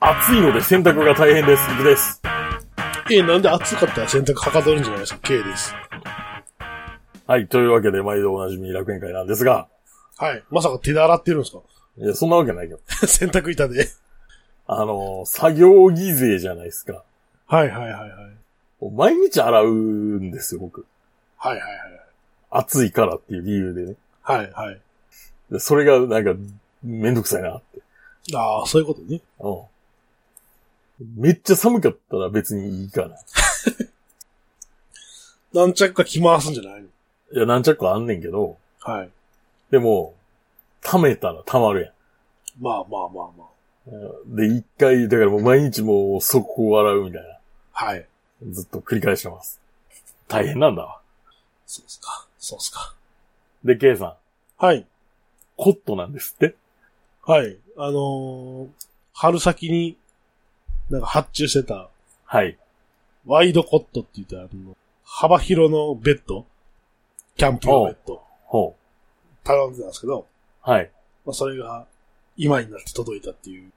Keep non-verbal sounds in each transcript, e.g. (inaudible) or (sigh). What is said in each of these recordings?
暑いので洗濯が大変です。僕です。え、なんで暑かったら洗濯はかどるんじゃないですか ?K です。はい。というわけで、毎度おなじみ楽園会なんですが、はい。まさか手で洗ってるんですか (laughs) いや、そんなわけないけど。洗濯板で。あのー、作業着勢じゃないですか。はいはいはいはい。はいもう毎日洗うんですよ、僕。はい暑いからっていう理由でね。はい。はいはい。でそれが、なんか、めんどくさいなって。ああ、そういうことね。うん。めっちゃ寒かったら別にいいかな。何着か着回すんじゃないのいや、何着かあんねんけど、はい。でも、溜めたら溜まるやん。まあまあまあまあ。で、一回、だからもう毎日もう速攻洗うみたいな。はい。ずっと繰り返してます。大変なんだわ。そうっすか。そうっすか。で、K さん、はい。コットなんですってはい。あのー、春先に、なんか発注してた、はい。ワイドコットって言ったあの、幅広のベッドキャンプ用ベッドほ頼んでたんですけど、う。はい。まあ、それが、今になって届いたっていう。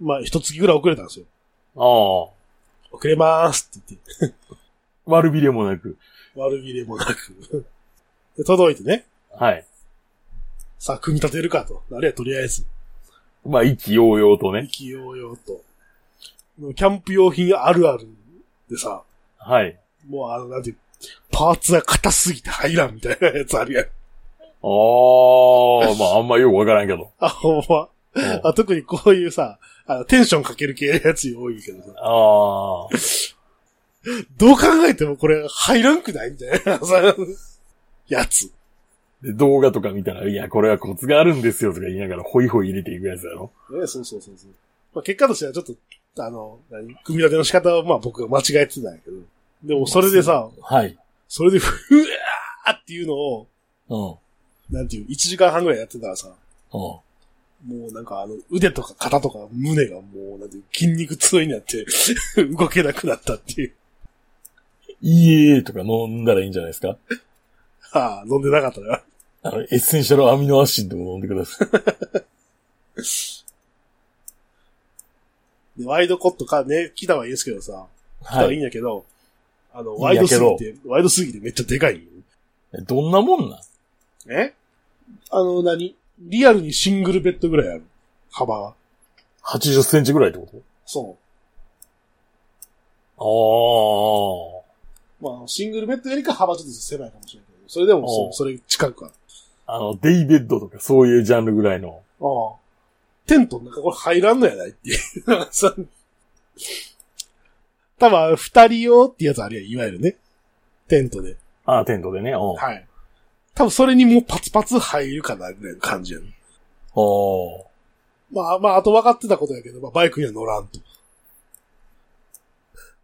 まあ、一月ぐらい遅れたんですよ。ああ。遅れまーすって言って、悪びれもなく。悪びれもなく。で、届いてね、はい。さあ、組み立てるかと。あるいはとりあえず、まあ、意気揚々と意ね。気揚々と。キャンプ用品あるあるでさ、はい。もうあの、なんていう、パーツが硬すぎて入らんみたいなやつあるやん。あ (laughs) あ、まあ、あんまよくわからんけど。あ、ほんま。うんあ特にこういうさ、あのテンションかける系のやつ多いけどさ、ああ。どう考えてもこれ入らんくないみたいなさ、やつ。で、動画とか見たら、いや、これはコツがあるんですよとか言いながら、ホイホイ入れていくやつだろ。ね、そうそうそうそう。まあ、結果としてはちょっと、あの、何組み立ての仕方はまあ僕が間違えてたんやけど。でもそれでさ、はい。それで、ふわーっていうのを、うん。うん。なんていう、1時間半ぐらいやってたらさ、もうなんかあの、腕とか肩とか胸がもう、なんていう、筋肉痛になって、 (laughs) 動けなくなったっていう。 (laughs) いいえとか飲んだらいいんじゃないですかはあ、飲んでなかったな。あの、エッセンシャルアミノアシッドを飲んでください。で、ワイドコットかね、来たはいいですけどさ、来たははいいい。んやけど、あの、いワいイんやドけすどぎて、ワイドすぎてめっちゃでかいんよ。えどんなもんなんえあの、何リアルにシングルベッドぐらいある。幅が。 ?80 センチぐらいってことそあう。まあ、シングルベッドよりか幅ちょっと狭いかもしれないけど、それでもおそうそれ近くかあ。あの、デイベッドとかそういうジャンルぐらいの。ああ。テントの中これ入らんのやないっていう。 (laughs) そ多分、二人用ってやつあるやん、いわゆるね。テントで。ああ、テントでね。うん。あはい。多分それにもうパツパツ入るかな、ぐらいの感じやん。あ。まあまあ、あと分かってたことやけど、まあバイクには乗らんと。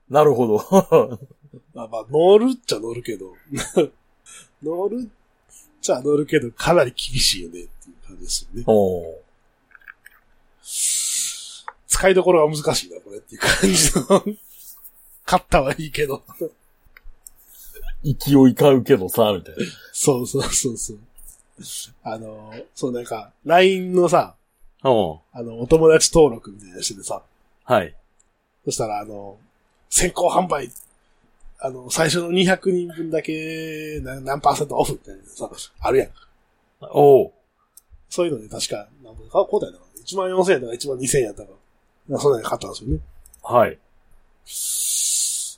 なるほど。 (laughs) まあまあ、乗るっちゃ乗るけど、 (laughs) 乗るっちゃ乗るけど、かなり厳しいよねっていう感じですよね。お使いどころが難しいな、これっていう感じの。 (laughs) 買ったはいいけど。勢い買うけどさ、みたいな。そうそうそうそう。あの、そうなんか、LINE のさ、うん。あの、お友達登録みたいなのしててさ、はい。そしたらあの、先行販売、あの、最初の200人分だけな何パーセントオフみたいなさ、あるやん。おう。そういうので確か、なんぼか、こうだよな。1万4000円とか1万2000円やったから。そんなに買ったんですよね。はい。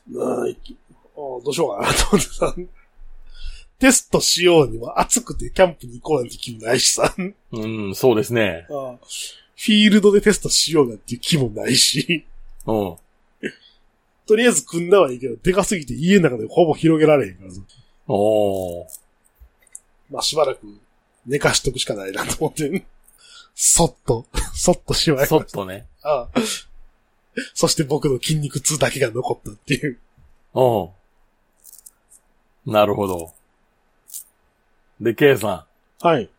なあ、いきあどうしようかなと思ってさ。テストしようには暑くてキャンプに行こうなんて気もないしさ。あうん、そうですね。あフィールドでテストしようなんていう気もないし。うん。とりあえず組んだはいいけど、でかすぎて家の中でほぼ広げられへんからさ。おー。まあしばらく寝かしとくしかないなと思って。そっと、そっとしまいましたそっとね。ああそして僕の筋肉痛だけが残ったっていう。うん。なるほど。で、K さはい。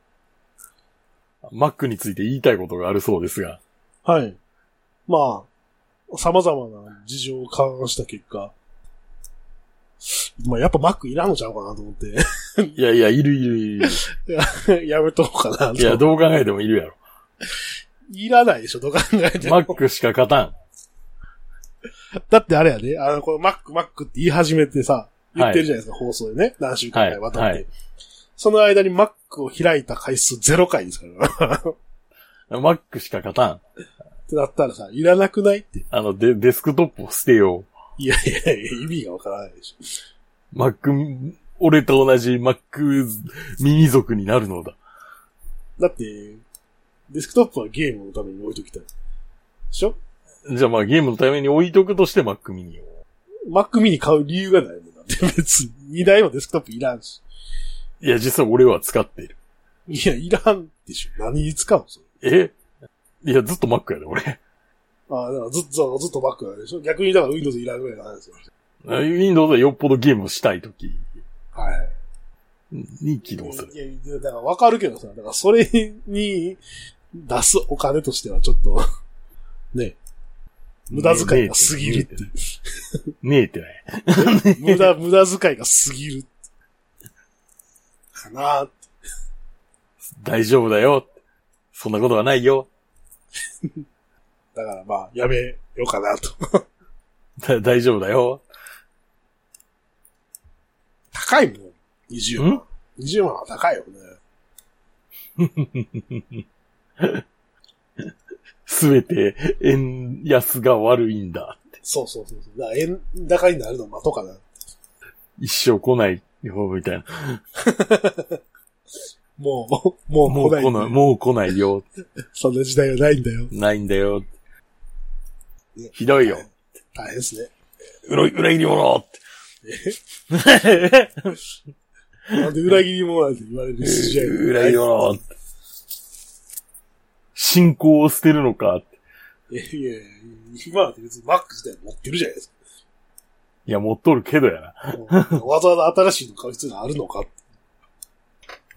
ん、Mac について言いたいことがあるそうですが。はい。まあ、様々な事情を勘案した結果、まあやっぱ Mac いらんのちゃうかなと思っいやいや、いるいるいる。て、 (laughs) やめとこうかないや、と。 (laughs) どう考えてもいるやろ。いらないでしょ、どう考えても。 (laughs) Mac しか勝たん。だってあれやで、あの、このマックマックって言い始めてさ、言ってるじゃないですか、放送でね。何週間かにわたって。はいはいその間にマックを開いた回数ゼロ回ですから。 (laughs) っマックしか勝たん。てなったらさ、いらなくないって。 (laughs) あの、デ、デスクトップを捨てよう。いやいやいや、意味がわからないでしょ。マック、俺と同じマック民族になるのだ。だって、デスクトップはゲームのために置いときたい。でしょじゃあまあゲームのために置いとくとしてマックミニを。 ?Mac mini 買う理由がないもんだって (laughs) 別に。2台もデスクトップいらんし。いや、実は俺は使っている。いや、いらんでしょ。何に使うのそれ。えいや、ずっとマックやで、俺。ああ、だからずっと、ずっと Mac なんでしょ逆にだから Windows いらんぐらいの話ですよ。 Windows はよっぽどゲームをしたいときはい。に起動する。いやいや、だからわかるけどさ、だからそれに出すお金としてはちょっと、ね、無駄遣いが過ぎるっていう。ねえってね。無駄、無駄遣いが過ぎる。かなーって大丈夫だよ。そんなことはないよ。だからまあ、やめようかなと。だ大丈夫だよ。高いもん。20万ん。 20万は高いよね。すべて円安が悪いんだ。そうそうそうそう。だから円高になるの待とうかな。一生来ないよ、みたいな。もう、ももうう来ない。来ない、もう来ないよ。そんな時代はないんだよ。ないんだよ。ひどいよ。大変ですね。裏裏切り者って。なんで裏切り者なんて言われる筋合いも (laughs) 裏切り者って。信仰を捨てるのかって。いやいやいや、今だって別に Mac 自体持ってるじゃないですいや、持っとるけどやな。 (laughs) か。わざわざ新しいの買う必要があるのかって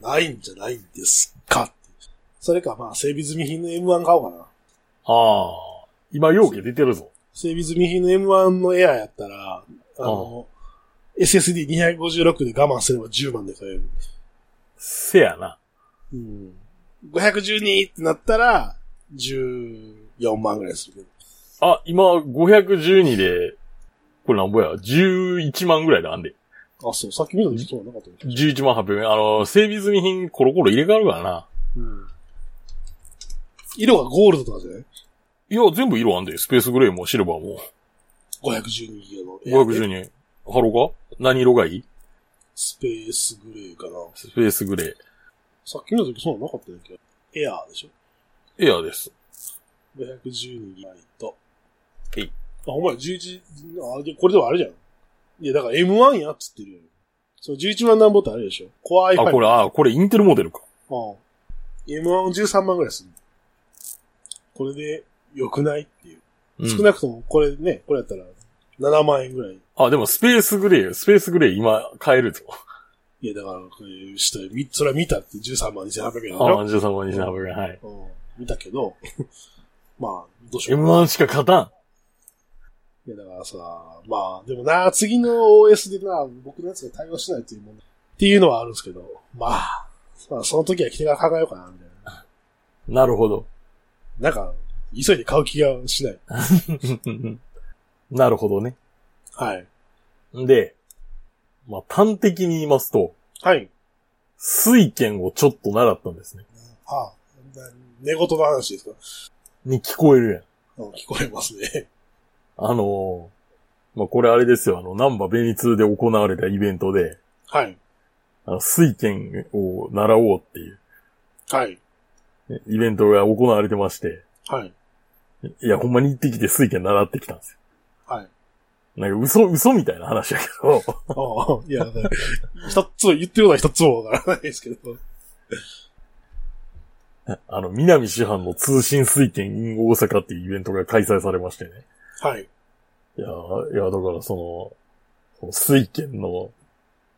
ないんじゃないんですかってそれかまあ整備済み品の M1 買おうかな。ああ。今、容器出てるぞ。整備済み品の M1 のエアやったら、あの、SSD256 で我慢すれば10万で買える。せやな。うん。512ってなったら、14万ぐらいするけど。あ、今、512で、これなんぼや、11万ぐらいであんで。あ、そう、さっき見たのそうはなかったけど11万800円。あの、整備済み品コロコロ入れ替わるからな。うん。色がゴールドとかじゃないいや、全部色あんで、スペースグレーもシルバーも。 ?512 ギガのエアで。 512。ハローか何色がいいスペースグレーかな。スペースグレさっき見た時そうなのなかったんだけど。エアーでしょー。エアです。 ?512 ギガと。へいあ、ほんまや、11、あ、でこれではあれじゃん。いや、だから M1 やっつってるよ。そう、11万なんぼってあれでしょ怖いあ、これ、あ、これインテルモデルか。うん。M113 万ぐらいする。これで、良くないっていう。うん少なくとも、これね、これやったら、7万円ぐらい。あ、でもスペースグレー、スペースグレー今買えるぞ。いや、だから、これ、したみそれは見たって13万2800円だあ、ろ。 13万2800円、はい。うん。見たけど、 (laughs) まあ、どうしようかな。 M1 しか勝たん。いや、だからさ、まあ、でもな、次の OS でな、僕のやつが対応しないっていうもんっていうのはあるんですけど、まあ、まあ、その時は来てから考えようかな、みたいな。なるほど。なんか、急いで買う気がしない。なるほどね。はい。んで、まあ、端的に言いますと、はい。水拳をちょっと習ったんですね。ああ、な寝言の話ですかに聞こえるやん。うん聞こえますね。あのーまあ、これあれですよ、あの、ナンバベニツで行われたイベントで、はい。あの水拳を習おうっていうはい。ねイベントが行われてまして、はい。いや、ほんまに行ってきて水拳習ってきたんですよ。はい。なんか嘘、嘘みたいな話やけど、 (laughs) ああ、いや、だから一つも、言ってることは一つもわからないですけど。あの、南市販の通信水圏 in 大阪っていうイベントが開催されましてね。はい。いやー、いや、だからその、その水圏の、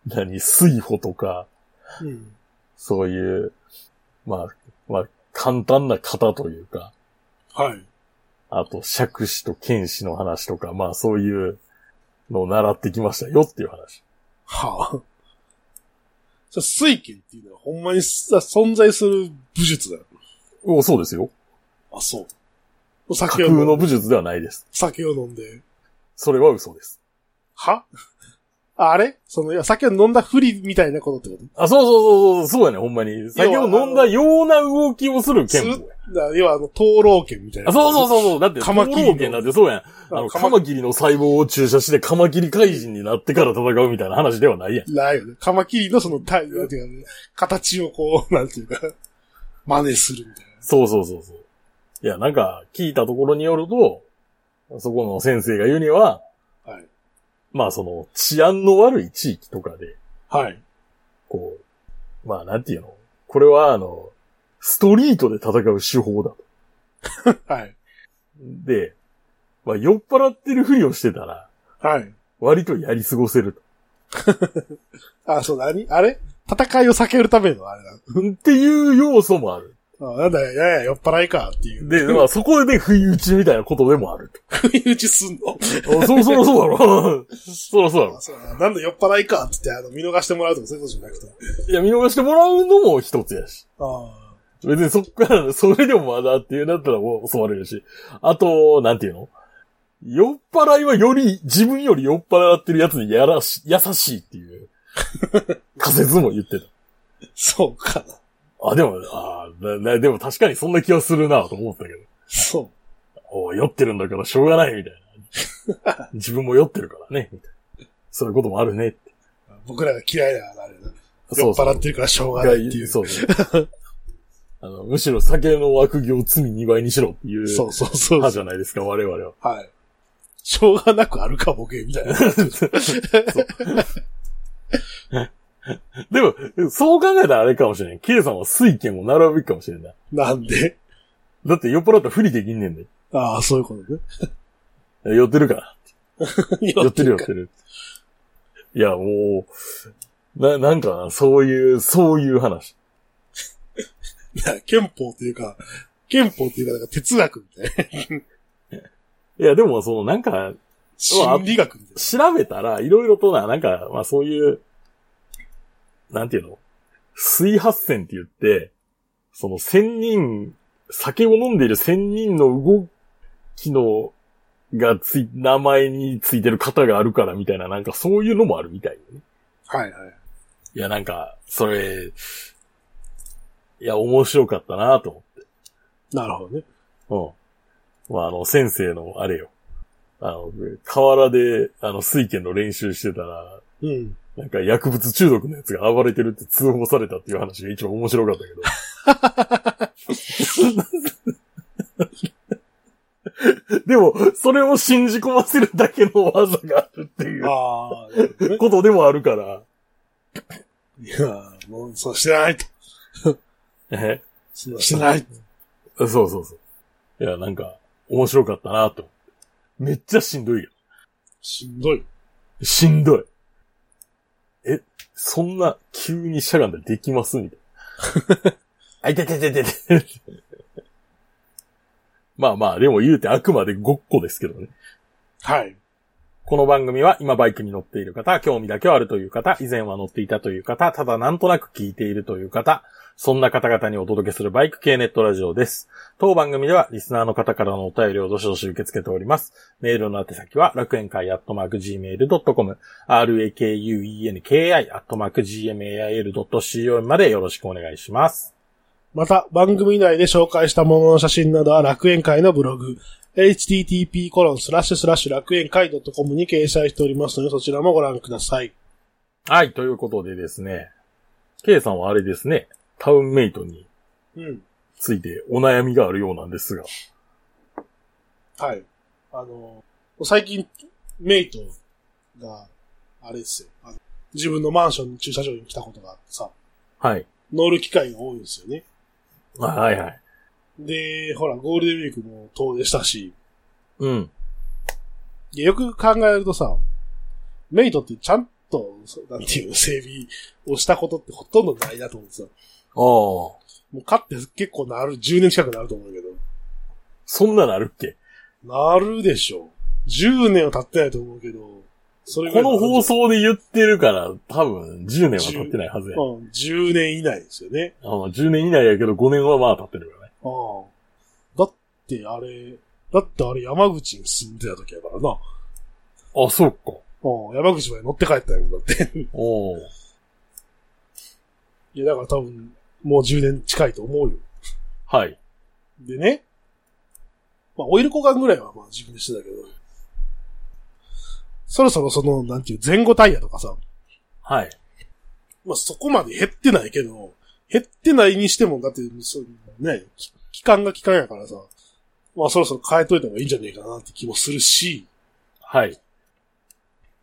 何、水歩とか、うん。そういう、まあ、まあ、簡単な型というか、はい。あと、尺子と剣士の話とか、まあそういうのを習ってきましたよっていう話。はあ。それ水拳っていうのはほんまにさ存在する武術だよ。おそうですよ。あ、そう。お架酒を空飲のんで、武術ではないです。酒を飲んで、それは嘘です。は (laughs) あれその、いや酒を飲んだふりみたいなことってことあ、そうそうそうそう、そうやね、ほんまに。酒を飲んだような動きをするす剣る法や。だ要は、あの、灯籠剣みたいな。あ、そうそうそうそう。だって、カマキリの刀剣なんてそうやん。あの、カカママキリの細胞を注射して、カマキリ怪人になってから戦うみたいな話ではないやん。ないよね。カマキリのその、たなんていうかね、形をこう、 (laughs) なんていうか、真似するみたいそうそうそうそう。いや、なんか、聞いたところによると、そこの先生が言うには、な。はい。まあその、治安の悪い地域とかで、はい。こう、まあなんていうのこれはあの、ストリートで戦う手法だと。はい。で、まあ酔っ払ってるふりをしてたら、はい。割とやり過ごせるあ、そう、何あれ戦いを避けるためのあれだ。と。っていう要素もある。あなんだ、やや、酔っ払いかっ (laughs) ていう。で、まあそこで不意打ちみたいなことでもあると。食い打ちすんのあそろそろそうだろ。 (laughs) そろそうだろあ。そうだなんだ、酔っ払いかってって、あの、見逃してもらうとかそういうことじゃなくて。いや、見逃してもらうのも一つやし。あ別にそっから、それでもまだっていうなったらもう襲われるし。あと、なんていうの酔っ払いはより、自分より酔っ払ってるやつにやらし、優しいっていう、仮説も言ってた。あ。そうかな。あ、でも、あななでも確かにそんな気はするなと思ったけど。そおい酔ってるんだからしょうがないみたい (laughs) な。自分も酔ってるからね、みたいな。そういうこともあるねって。う。僕らが嫌いだからあれだ。酔そっうそう払ってるからしょうがないっていう。そうそう。あの、むしろ酒の悪行を罪2倍にしろっていうそうそうそう派じゃないですか、我々は。はい。しょうがなくあるか、ボケ、みたいな。 (laughs) でも、そう考えたらあれかもしれん。K さんは水拳を並ぶべきかもしれんない。なんでだって酔っ払ったら不利できんねんで。ああ、そういうこと (laughs) ね。酔ってるから。酔酔ってる酔ってる。いや、もう、な、なんかな、そういう、そういう話。いや、憲法というか、憲法というか、なんか哲学みたいな。いや、でも、その、なんか、心理学みたい調べたら、いろいろとな、なんか、まあそういう、なんていうの水発戦って言って、その千人、酒を飲んでいる千人の動きの、がつい、名前についてる方があるからみたいな、なんかそういうのもあるみたいよね。な。はいはい。いや、なんか、それ、いや、面白かったなとなるほどね。思う。うん。まあ、あの、先生の、あれよ。あの、河原で、あの、水拳の練習してたら、うん。なんか薬物中毒のやつが暴れてるって通報されたっていう話が一番面白かった (laughs) けど。でも、それを信じ込ませるだけの技があるっていうああ、なるほどねことでもあるから。いやー、もう、そうしてないと。えそうしてないと。そうそうそう。いや、なんか、面白かったなと。めっちゃしんどいよ。しんどい。しんどい。え、そんな、急にしゃがんでできますみたいな。あ、いててててて。まあまあ、でも言うてあくまでごっこですけどね。はい。この番組は今バイクに乗っている方、興味だけはあるという方、以前は乗っていたという方、ただなんとなく聞いているという方、そんな方々にお届けするバイク系ネットラジオです。当番組ではリスナーの方からのお便りをどしどし受け付けております。メールの宛先は楽園会アットマーク Gmail.com、rakuenki アットマーク Gmail.com までよろしくお願いします。また、番組内で紹介したものの写真などは楽園会のブログ、http コロンスラッシュスラッシュ楽園会 .com に掲載しておりますので、そちらもご覧ください。はい、ということでですね、K さんはあれですね、タウンメイトにうん。ついてお悩みがあるようなんですが、はい。あの、最近、メイトが、あれですよあの。自分のマンションの駐車場に来たことがあってさ、はい。乗る機会が多いんですよね。はいはい。で、ほら、ゴールデンウィークも遠出したし、うん。でよく考えるとさ、メイトってちゃんと、そうなんていう、整備をしたことってほとんどないなと思ってさ、ああ。もう勝って結構なる、10年近くなると思うけど、そんなのあるっけなるでしょ。10年は経ってないと思うけど、それぐこらいの放送送で言ってるから、多分10年は経ってないはずや。うん、10年以内ですよね。あの10年以内やけど5年はまあ経ってるよね。ああ。だってあれ、だってあれ山口に住んでた時やからな。あ、そうか。うん、山口まで乗って帰ったよ、だって。おお。いや、だから多分、もう10年近いと思うよ。はい。でね。まあ、オイル交換ぐらいはまあ自分でしてたけど。そろそろその、なんていう、前後タイヤとかさ、はい。まあ、そこまで減ってないけど、減ってないにしても、だって、そう、ね、き期間が期間やからさ、まあ、そろそろ変えといた方がいいんじゃねえかなって気もするし、はい。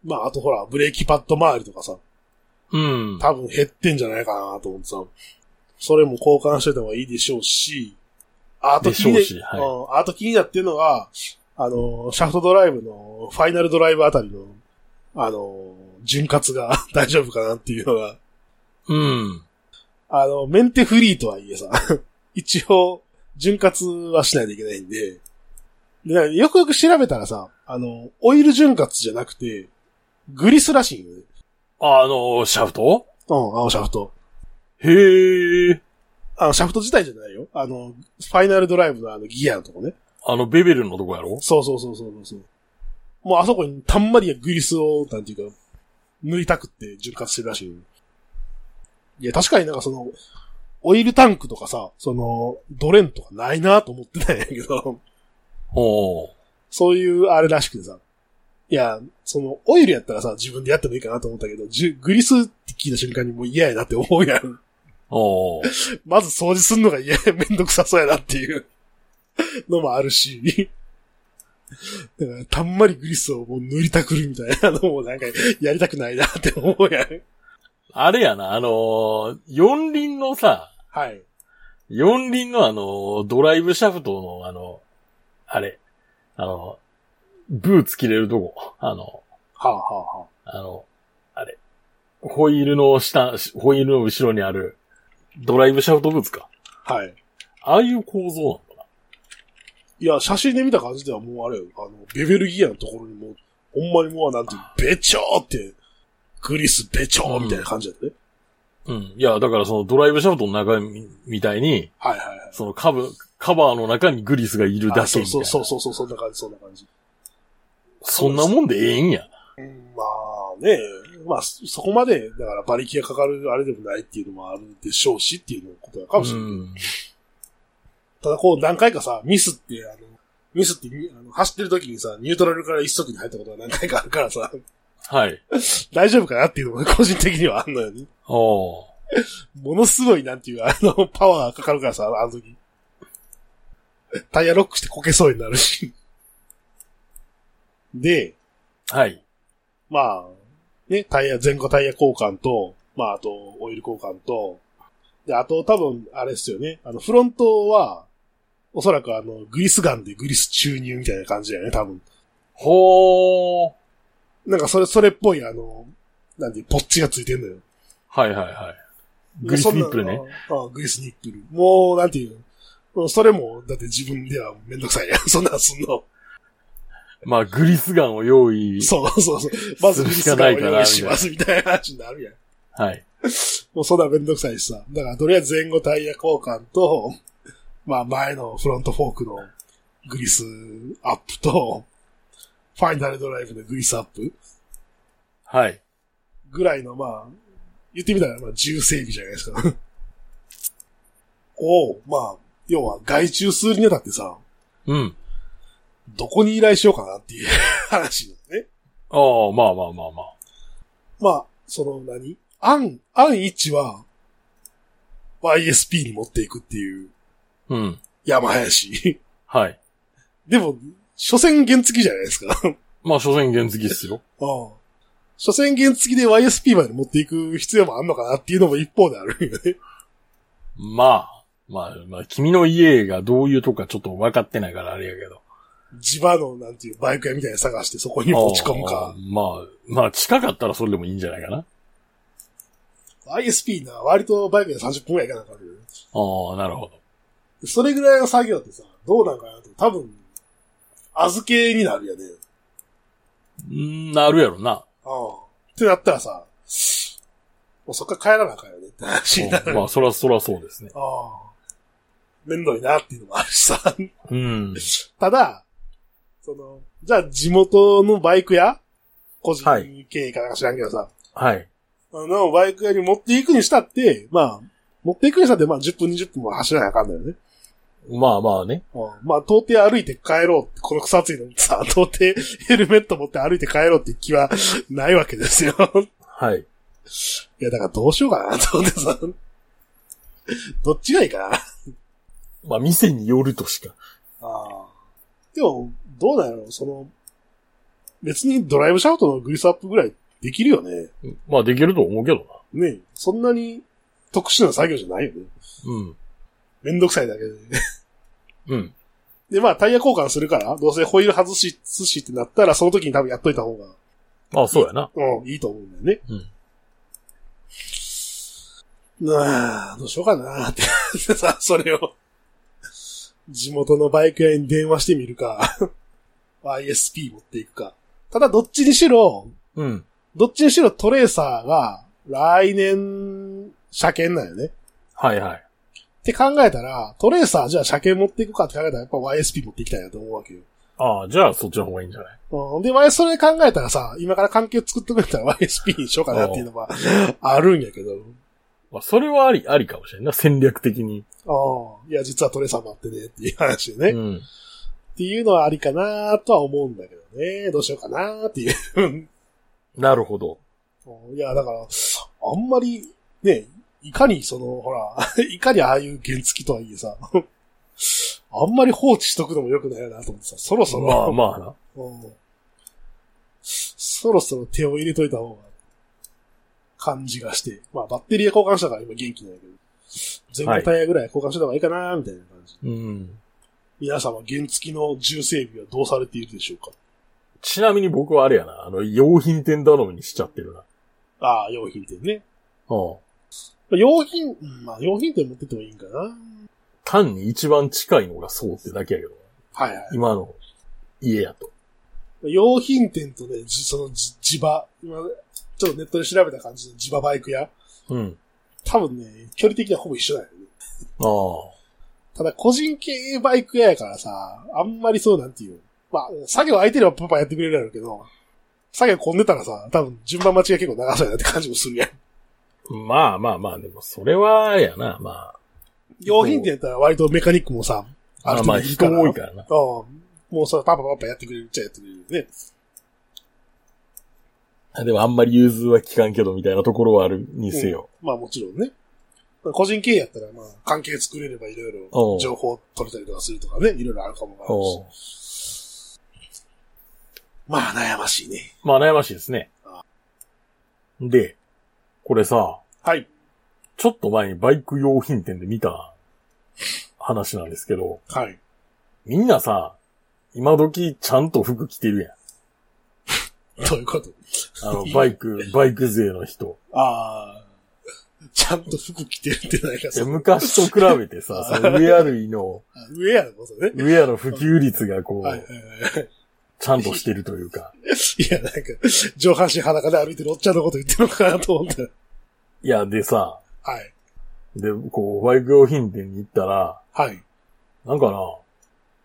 まあ、あとほら、ブレーキパッド周りとかさ、うん。多分減ってんじゃないかなと思ってさ、それも交換しといた方がいいでしょうし、あと気にな、でしょうしはいうんあと気になってるのが、あの、シャフトドライブの、ファイナルドライブあたりの、あの、潤滑が (laughs) 大丈夫かなっていうのが、うん。あの、メンテフリーとはいえさ、 (laughs) 一応、潤滑はしないといけないんで、でよくよく調べたらさ、あの、オイル潤滑じゃなくて、グリスらしいよね。あの、シャフトうん、あのシャフト。へえ。あの、シャフト自体じゃないよ。あの、ファイナルドライブのあのギアのとこね。あの、ベベルのとこやろそうそうそうそうそうそう。もうあそこにたんまりグリスを、なんていうか、塗りたくって潤滑してるらしいよ。いや、確かになんかその、オイルタンクとかさ、その、ドレンとかないなと思ってたんやけど、おお。そういうあれらしくてさ。いや、その、オイルやったらさ、自分でやってもいいかなと思ったけど、じゅグリスって聞いた瞬間にもう嫌やなって思うやん。おお。まず掃除すんのが嫌 (laughs) や、めんどくさそうやなっていうのもあるし。だから、たんまりグリスをもう塗りたくるみたいなのもなんか、やりたくないなって思うやん。あれやな、あのー四輪のさ、はい。四輪のあのードライブシャフトのあの、あれ、あの、ブーツ切れるとこ、あの、はあ、はあはあ、あの、あれ、ホイールの下、ホイールの後ろにある、ドライブシャフトブーツか。はい。ああいう構造なのかいや、写真で見た感じではもうあれよ、あの、ベベルギアのところにもう、ほんまにもうなんていう、べちょーって、グリスべちょーみたいな感じだったね。な。うん。いや、だからそのドライブシャフトの中みみたいに、はいはいはい。そのカブ、カバーの中にグリスがいるだあけそみうたいそな。うそうそうそう、そんな感じ、そんな感じ。そんなもんでええんや。うんまあね、まあそそこまで、だから馬力がかかるあれでもないっていうのもあるでしょうしっていうのことかもしれない。うん。ただこう何回かさ、ミスって、あの、ミスってにあの走ってる時にさ、ニュートラルから一足に入ったことが何回かあるからさ、 (laughs) はい。大丈夫かなっていうのが個人的にはあんのよね。おーものすごいなんていう、あの、パワーがかかるからさ、あの時。タイヤロックしてこけそうになるし。で、はい。まあ、ね、タイヤ、前後タイヤ交換と、まあ、あと、オイル交換と、で、あと、多分、あれですよね。あの、フロントは、おそらくあの、グリスガンでグリス注入みたいな感じだよね、多分。ほー。なんか、それ、それっぽい、あの、なんで、ポッチがついてんのよ。はいはいはい。グリスニップルね。そんなの。ああグリスニップル。もう、なんていうのそれも、だって自分ではめんどくさいやん。 (laughs) そんなんすんの。まあ、グリスガンを用意。そうそうそう。まずグリスガンを用意します、みたいな話になるやん。はい。もうそんなめんどくさいしさ。だからとりあえず前後タイヤ交換と、 (laughs) まあ前のフロントフォークのグリスアップと、ファイナルドライブのグリスアップはい。ぐらいのまあ、言ってみたらまあ重整備じゃないですか。 (laughs) を、まあ、要は外注するにあたってさ、うん。どこに依頼しようかなっていう (laughs) 話なんだね。ああ、まあまあまあまあ。まあ、その何案、案1は YSP に持っていくっていううん。山林。はい。でも、所詮原付きじゃないですか。うん。まあ、所詮原付きっすよ。所詮原付きで YSP まで持っていく必要もあんのかなっていうのも一方であるよね。まあ、まあ、まあ、君の家がどういうとこかちょっと分かってないからあれやけど。地場のなんていうバイク屋みたいに探してそこに持ち込むああか。まあ、まあ、近かったらそれでもいいんじゃないかな。 YSP な、割とバイクで30分くらい行かなあかんよね。ああ、なるほど。それぐらいの作業ってさ、どうなんかなと多分、預けになるよね。んーなるやろ (laughs) な。ああ。ってなったらさ、もうそっから帰らなあかんよねって話になうんる。まあ、そらそらそうですね。ああ。めんどいなっていうのもあるしさ。うん。ただ、その、じゃあ地元のバイク屋個人はい経営かなんか知らんけどさ、はい。あの、バイク屋に持っていくにしたって、まあ、持っていくにしたって、まあ、10分、20分は走らなきゃあかんだよね。まあまあね。うんまあ、到底歩いて帰ろうって、この草ついの (laughs) にさ、到底ヘルメット持って歩いて帰ろうって気はないわけですよ。 (laughs) はい。いや、だからどうしようかな、と思ってさ。どっちがいいかな。まあ店によるとしか。ああ。でも、どうだろう、その、別にドライブシャフトのグリスアップぐらいできるよね。まあできると思うけどな。ねえそんなに特殊な作業じゃないよね。うん。めんどくさいだけで。うん。で、まあ、タイヤ交換するから、どうせホイール外し、寿司ってなったら、その時に多分やっといた方が、まあそうやな。うん、いいと思うんだよね。うん。なあ、どうしようかなって。 (laughs) さ、それを、地元のバイク屋に電話してみるか、ISP 持っていくか。ただ、どっちにしろ、うん。どっちにしろトレーサーが、来年、車検なんよね。はいはい。って考えたら、トレーサーじゃあ車検持っていくかって考えたら、やっぱ YSP 持っていきたいなと思うわけよ。ああ、じゃあそっちの方がいいんじゃないうんで、まあそれ考えたらさ、今から関係作ってくれたら YSP にしようかなっていうのはあるんやけど。まあそれはあり、ありかもしれんな。戦略的に。ああ、いや、実はトレーサーもあってねっていう話でね。うっん。ていうのはありかなとは思うんだけどね。どうしようかなっていう。 (laughs) なるほど。うんいや、だから、あんまり、ね、いかにその、ほら、 (laughs) いかにああいう原付とはいえさ、 (laughs) あんまり放置しとくのも良くないよなと思ってさ、そろそろ、まあまあな。うんそろそろ手を入れといた方が、感じがして。まあ、バッテリーは交換したから今元気なんやけど。全部タイヤぐらい交換した方がいいかなみたいな感じ。うん。皆様、原付きの重整備はどうされているでしょうかちなみに僕はあれやな。あの、用品店頼みにしちゃってるな。ああ、用品店ね。うん。まあ用品、うんまあ、用品店持ってってもいいんかな単に一番近いのがそうってだけやけど。はいはい。今の家やと。用品店とね、じそのじ地場、今、ちょっとネットで調べた感じの地場バイク屋。うん。多分ね、距離的にはほぼ一緒だよね。ああ。ただ個人経営バイク屋やからさ、あんまりそうなんていう。まあ、作業空いてればパパやってくれるやろうけど、作業混んでたらさ、多分順番待ちが結構長そうやなって感じもするやん。まあまあまあ、でもそれは、やな、ま用品店やったら割とメカニックもさ、あ。まあるまあ程度人多いかからな。ら。うん。もうさ、パパパパやってくれるっちゃやってくれるよね。あでもあんまり融通は効かんけどみたいなところはあるにせよ。まあもちろんね。個人経営やったら、まあ、関係作れればいろいおろう情報取れたりとかするとかね、いろいろあるかもわからんおうしまあ、悩ましいね。まあ悩ましいですね。で、これさ、はい。ちょっと前にバイク用品店で見た話なんですけど、はい。みんなさ、今時ちゃんと服着てるやん。どういうことあの、バイク、バイク勢の人。ああ。ちゃんと服着てるってないかいや (laughs) さ。昔と比べてさ、そのウェア類の、あ上やろ、こそね。ウェアの普及率がこ、はいはいう (laughs) はい。ちゃんとしてるというか。いや、なんか、上半身裸で歩いてるおっちゃんのこと言ってるのかなと思ったら。いや、でさ、はい。で、こう、バイク用品店に行ったら、はい。なんかな、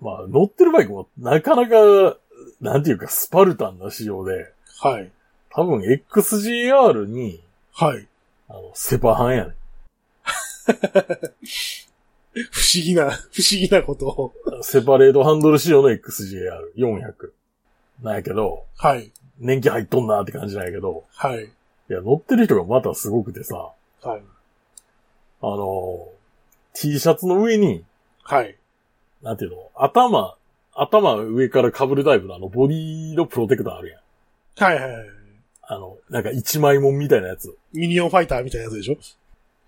まあ、乗ってるバイクもなかなか、なんていうか、スパルタンな仕様で、はい。多分 XGR に、はい。あの、セパハンやね不思議な、不思議なことを。セパレートハンドル仕様の XGR400。なんやけど、はい。年季入っとんなって感じなんやけど、はい。いや、乗ってる人がまたすごくてさ、はい。あの、T シャツの上に、はい。なんていうの、頭、頭上から被るタイプのあの、ボディのプロテクターあるやん。はいはいはい。あの、なんか一枚もんみたいなやつ。ミニオンファイターみたいなやつでしょ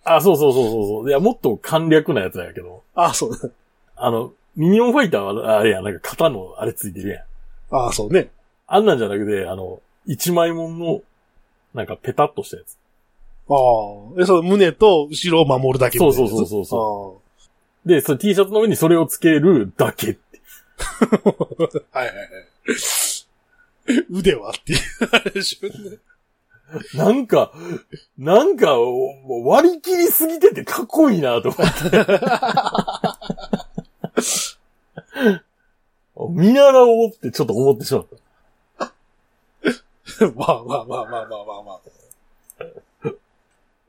あ、そうそうそうそうそう。いや、もっと簡略なやつだけど。ああ、そうだ。あの、ミニオンファイターは、あれやん、なんか肩のあれついてるやん。ああ、そうね。あんなんじゃなくて、あの、一枚もんの、なんかペタッとしたやつ。ああ。え、その胸と後ろを守るだけみたいなやつ。そうそうそうそうそで、その T シャツの上にそれをつけるだけ。う。 (laughs) ああ。はいはいはい。腕はっていうあれでしょ。なんか、なんか、お割り切りすぎててかっこいいなと (laughs) 思って。見習おうってちょっと思ってしまった。 (laughs) まあまあまあまあまあまあま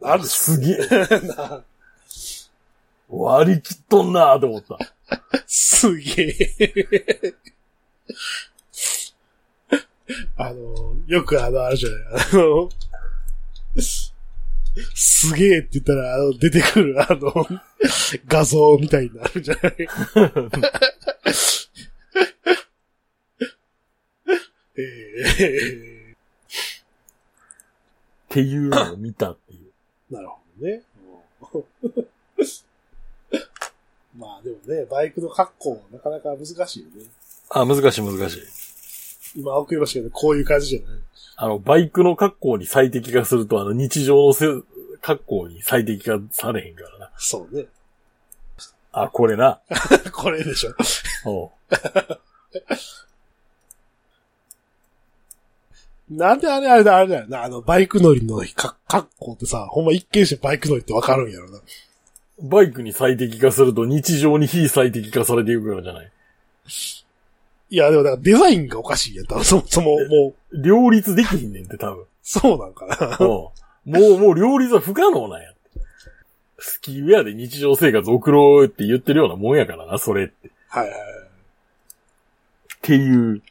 あ。あるし。すげえ。 (laughs) 割り切っとんなーと思った。すげえ。あの、よくあの、あるじゃない、あの、すげえって言ったら、あの、出てくる、あの、画像みたいになるじゃない。っえていうのを見たっていう。ー、なるほどね。まあでもね、バイクの格好、なかなか難しいよね。あ、難しい難しい。今、奥言いましたけど、こういう感じじゃないあの、バイクの格好に最適化すると、あの、日常のせ格好に最適化されへんからな。そうね。 (laughs) あ、これな。これでしょ。おうなんであれあれだ、あれだよな。あの、バイク乗りのか格好ってさ、ほんま一見してバイク乗りってわかるんやろな。バイクに最適化すると日常に非最適化されていくからじゃない。いや、でもだからデザインがおかしいやん。多分そもそも、もう、両立できひんねんって多 (laughs) 分。そうなん (laughs) かな。おうもう、もう両立は不可能なんや。スキーウェアで日常生活送ろうって言ってるようなもんやからな、それって。っはいはいはい。ていう。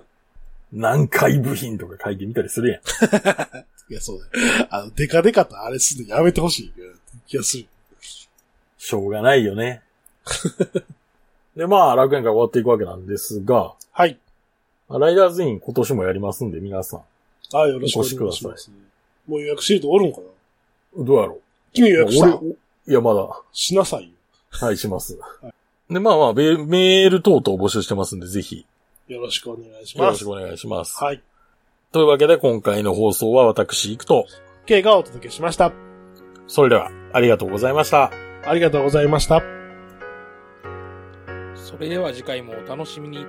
(laughs) 何回部品とか書いてみたりするやん。いや、そうだよ。あの、デカデカとあれすんのやめてほしい気がする。しょうがないよ (laughs) ね。で、まあ、楽園が終わっていくわけなんですが、はい。まあライダーズイン今年もやりますんで、皆さあよろしくお願いしおま越。す。もう予約してるとおるんかなんどうやろ君う予まあ約した俺、いや、まだ、しなさいよ。はい、します。で、まあまあ、メメール等々募集してますんで、ぜひ、よろしくお願いしよまろすしく。お願いします。はい。というわけで、今回の放送は私、行くと、 K がお届けしました。それでは、ありがとうございました。ありがとうございました。それでは次回もお楽しみに。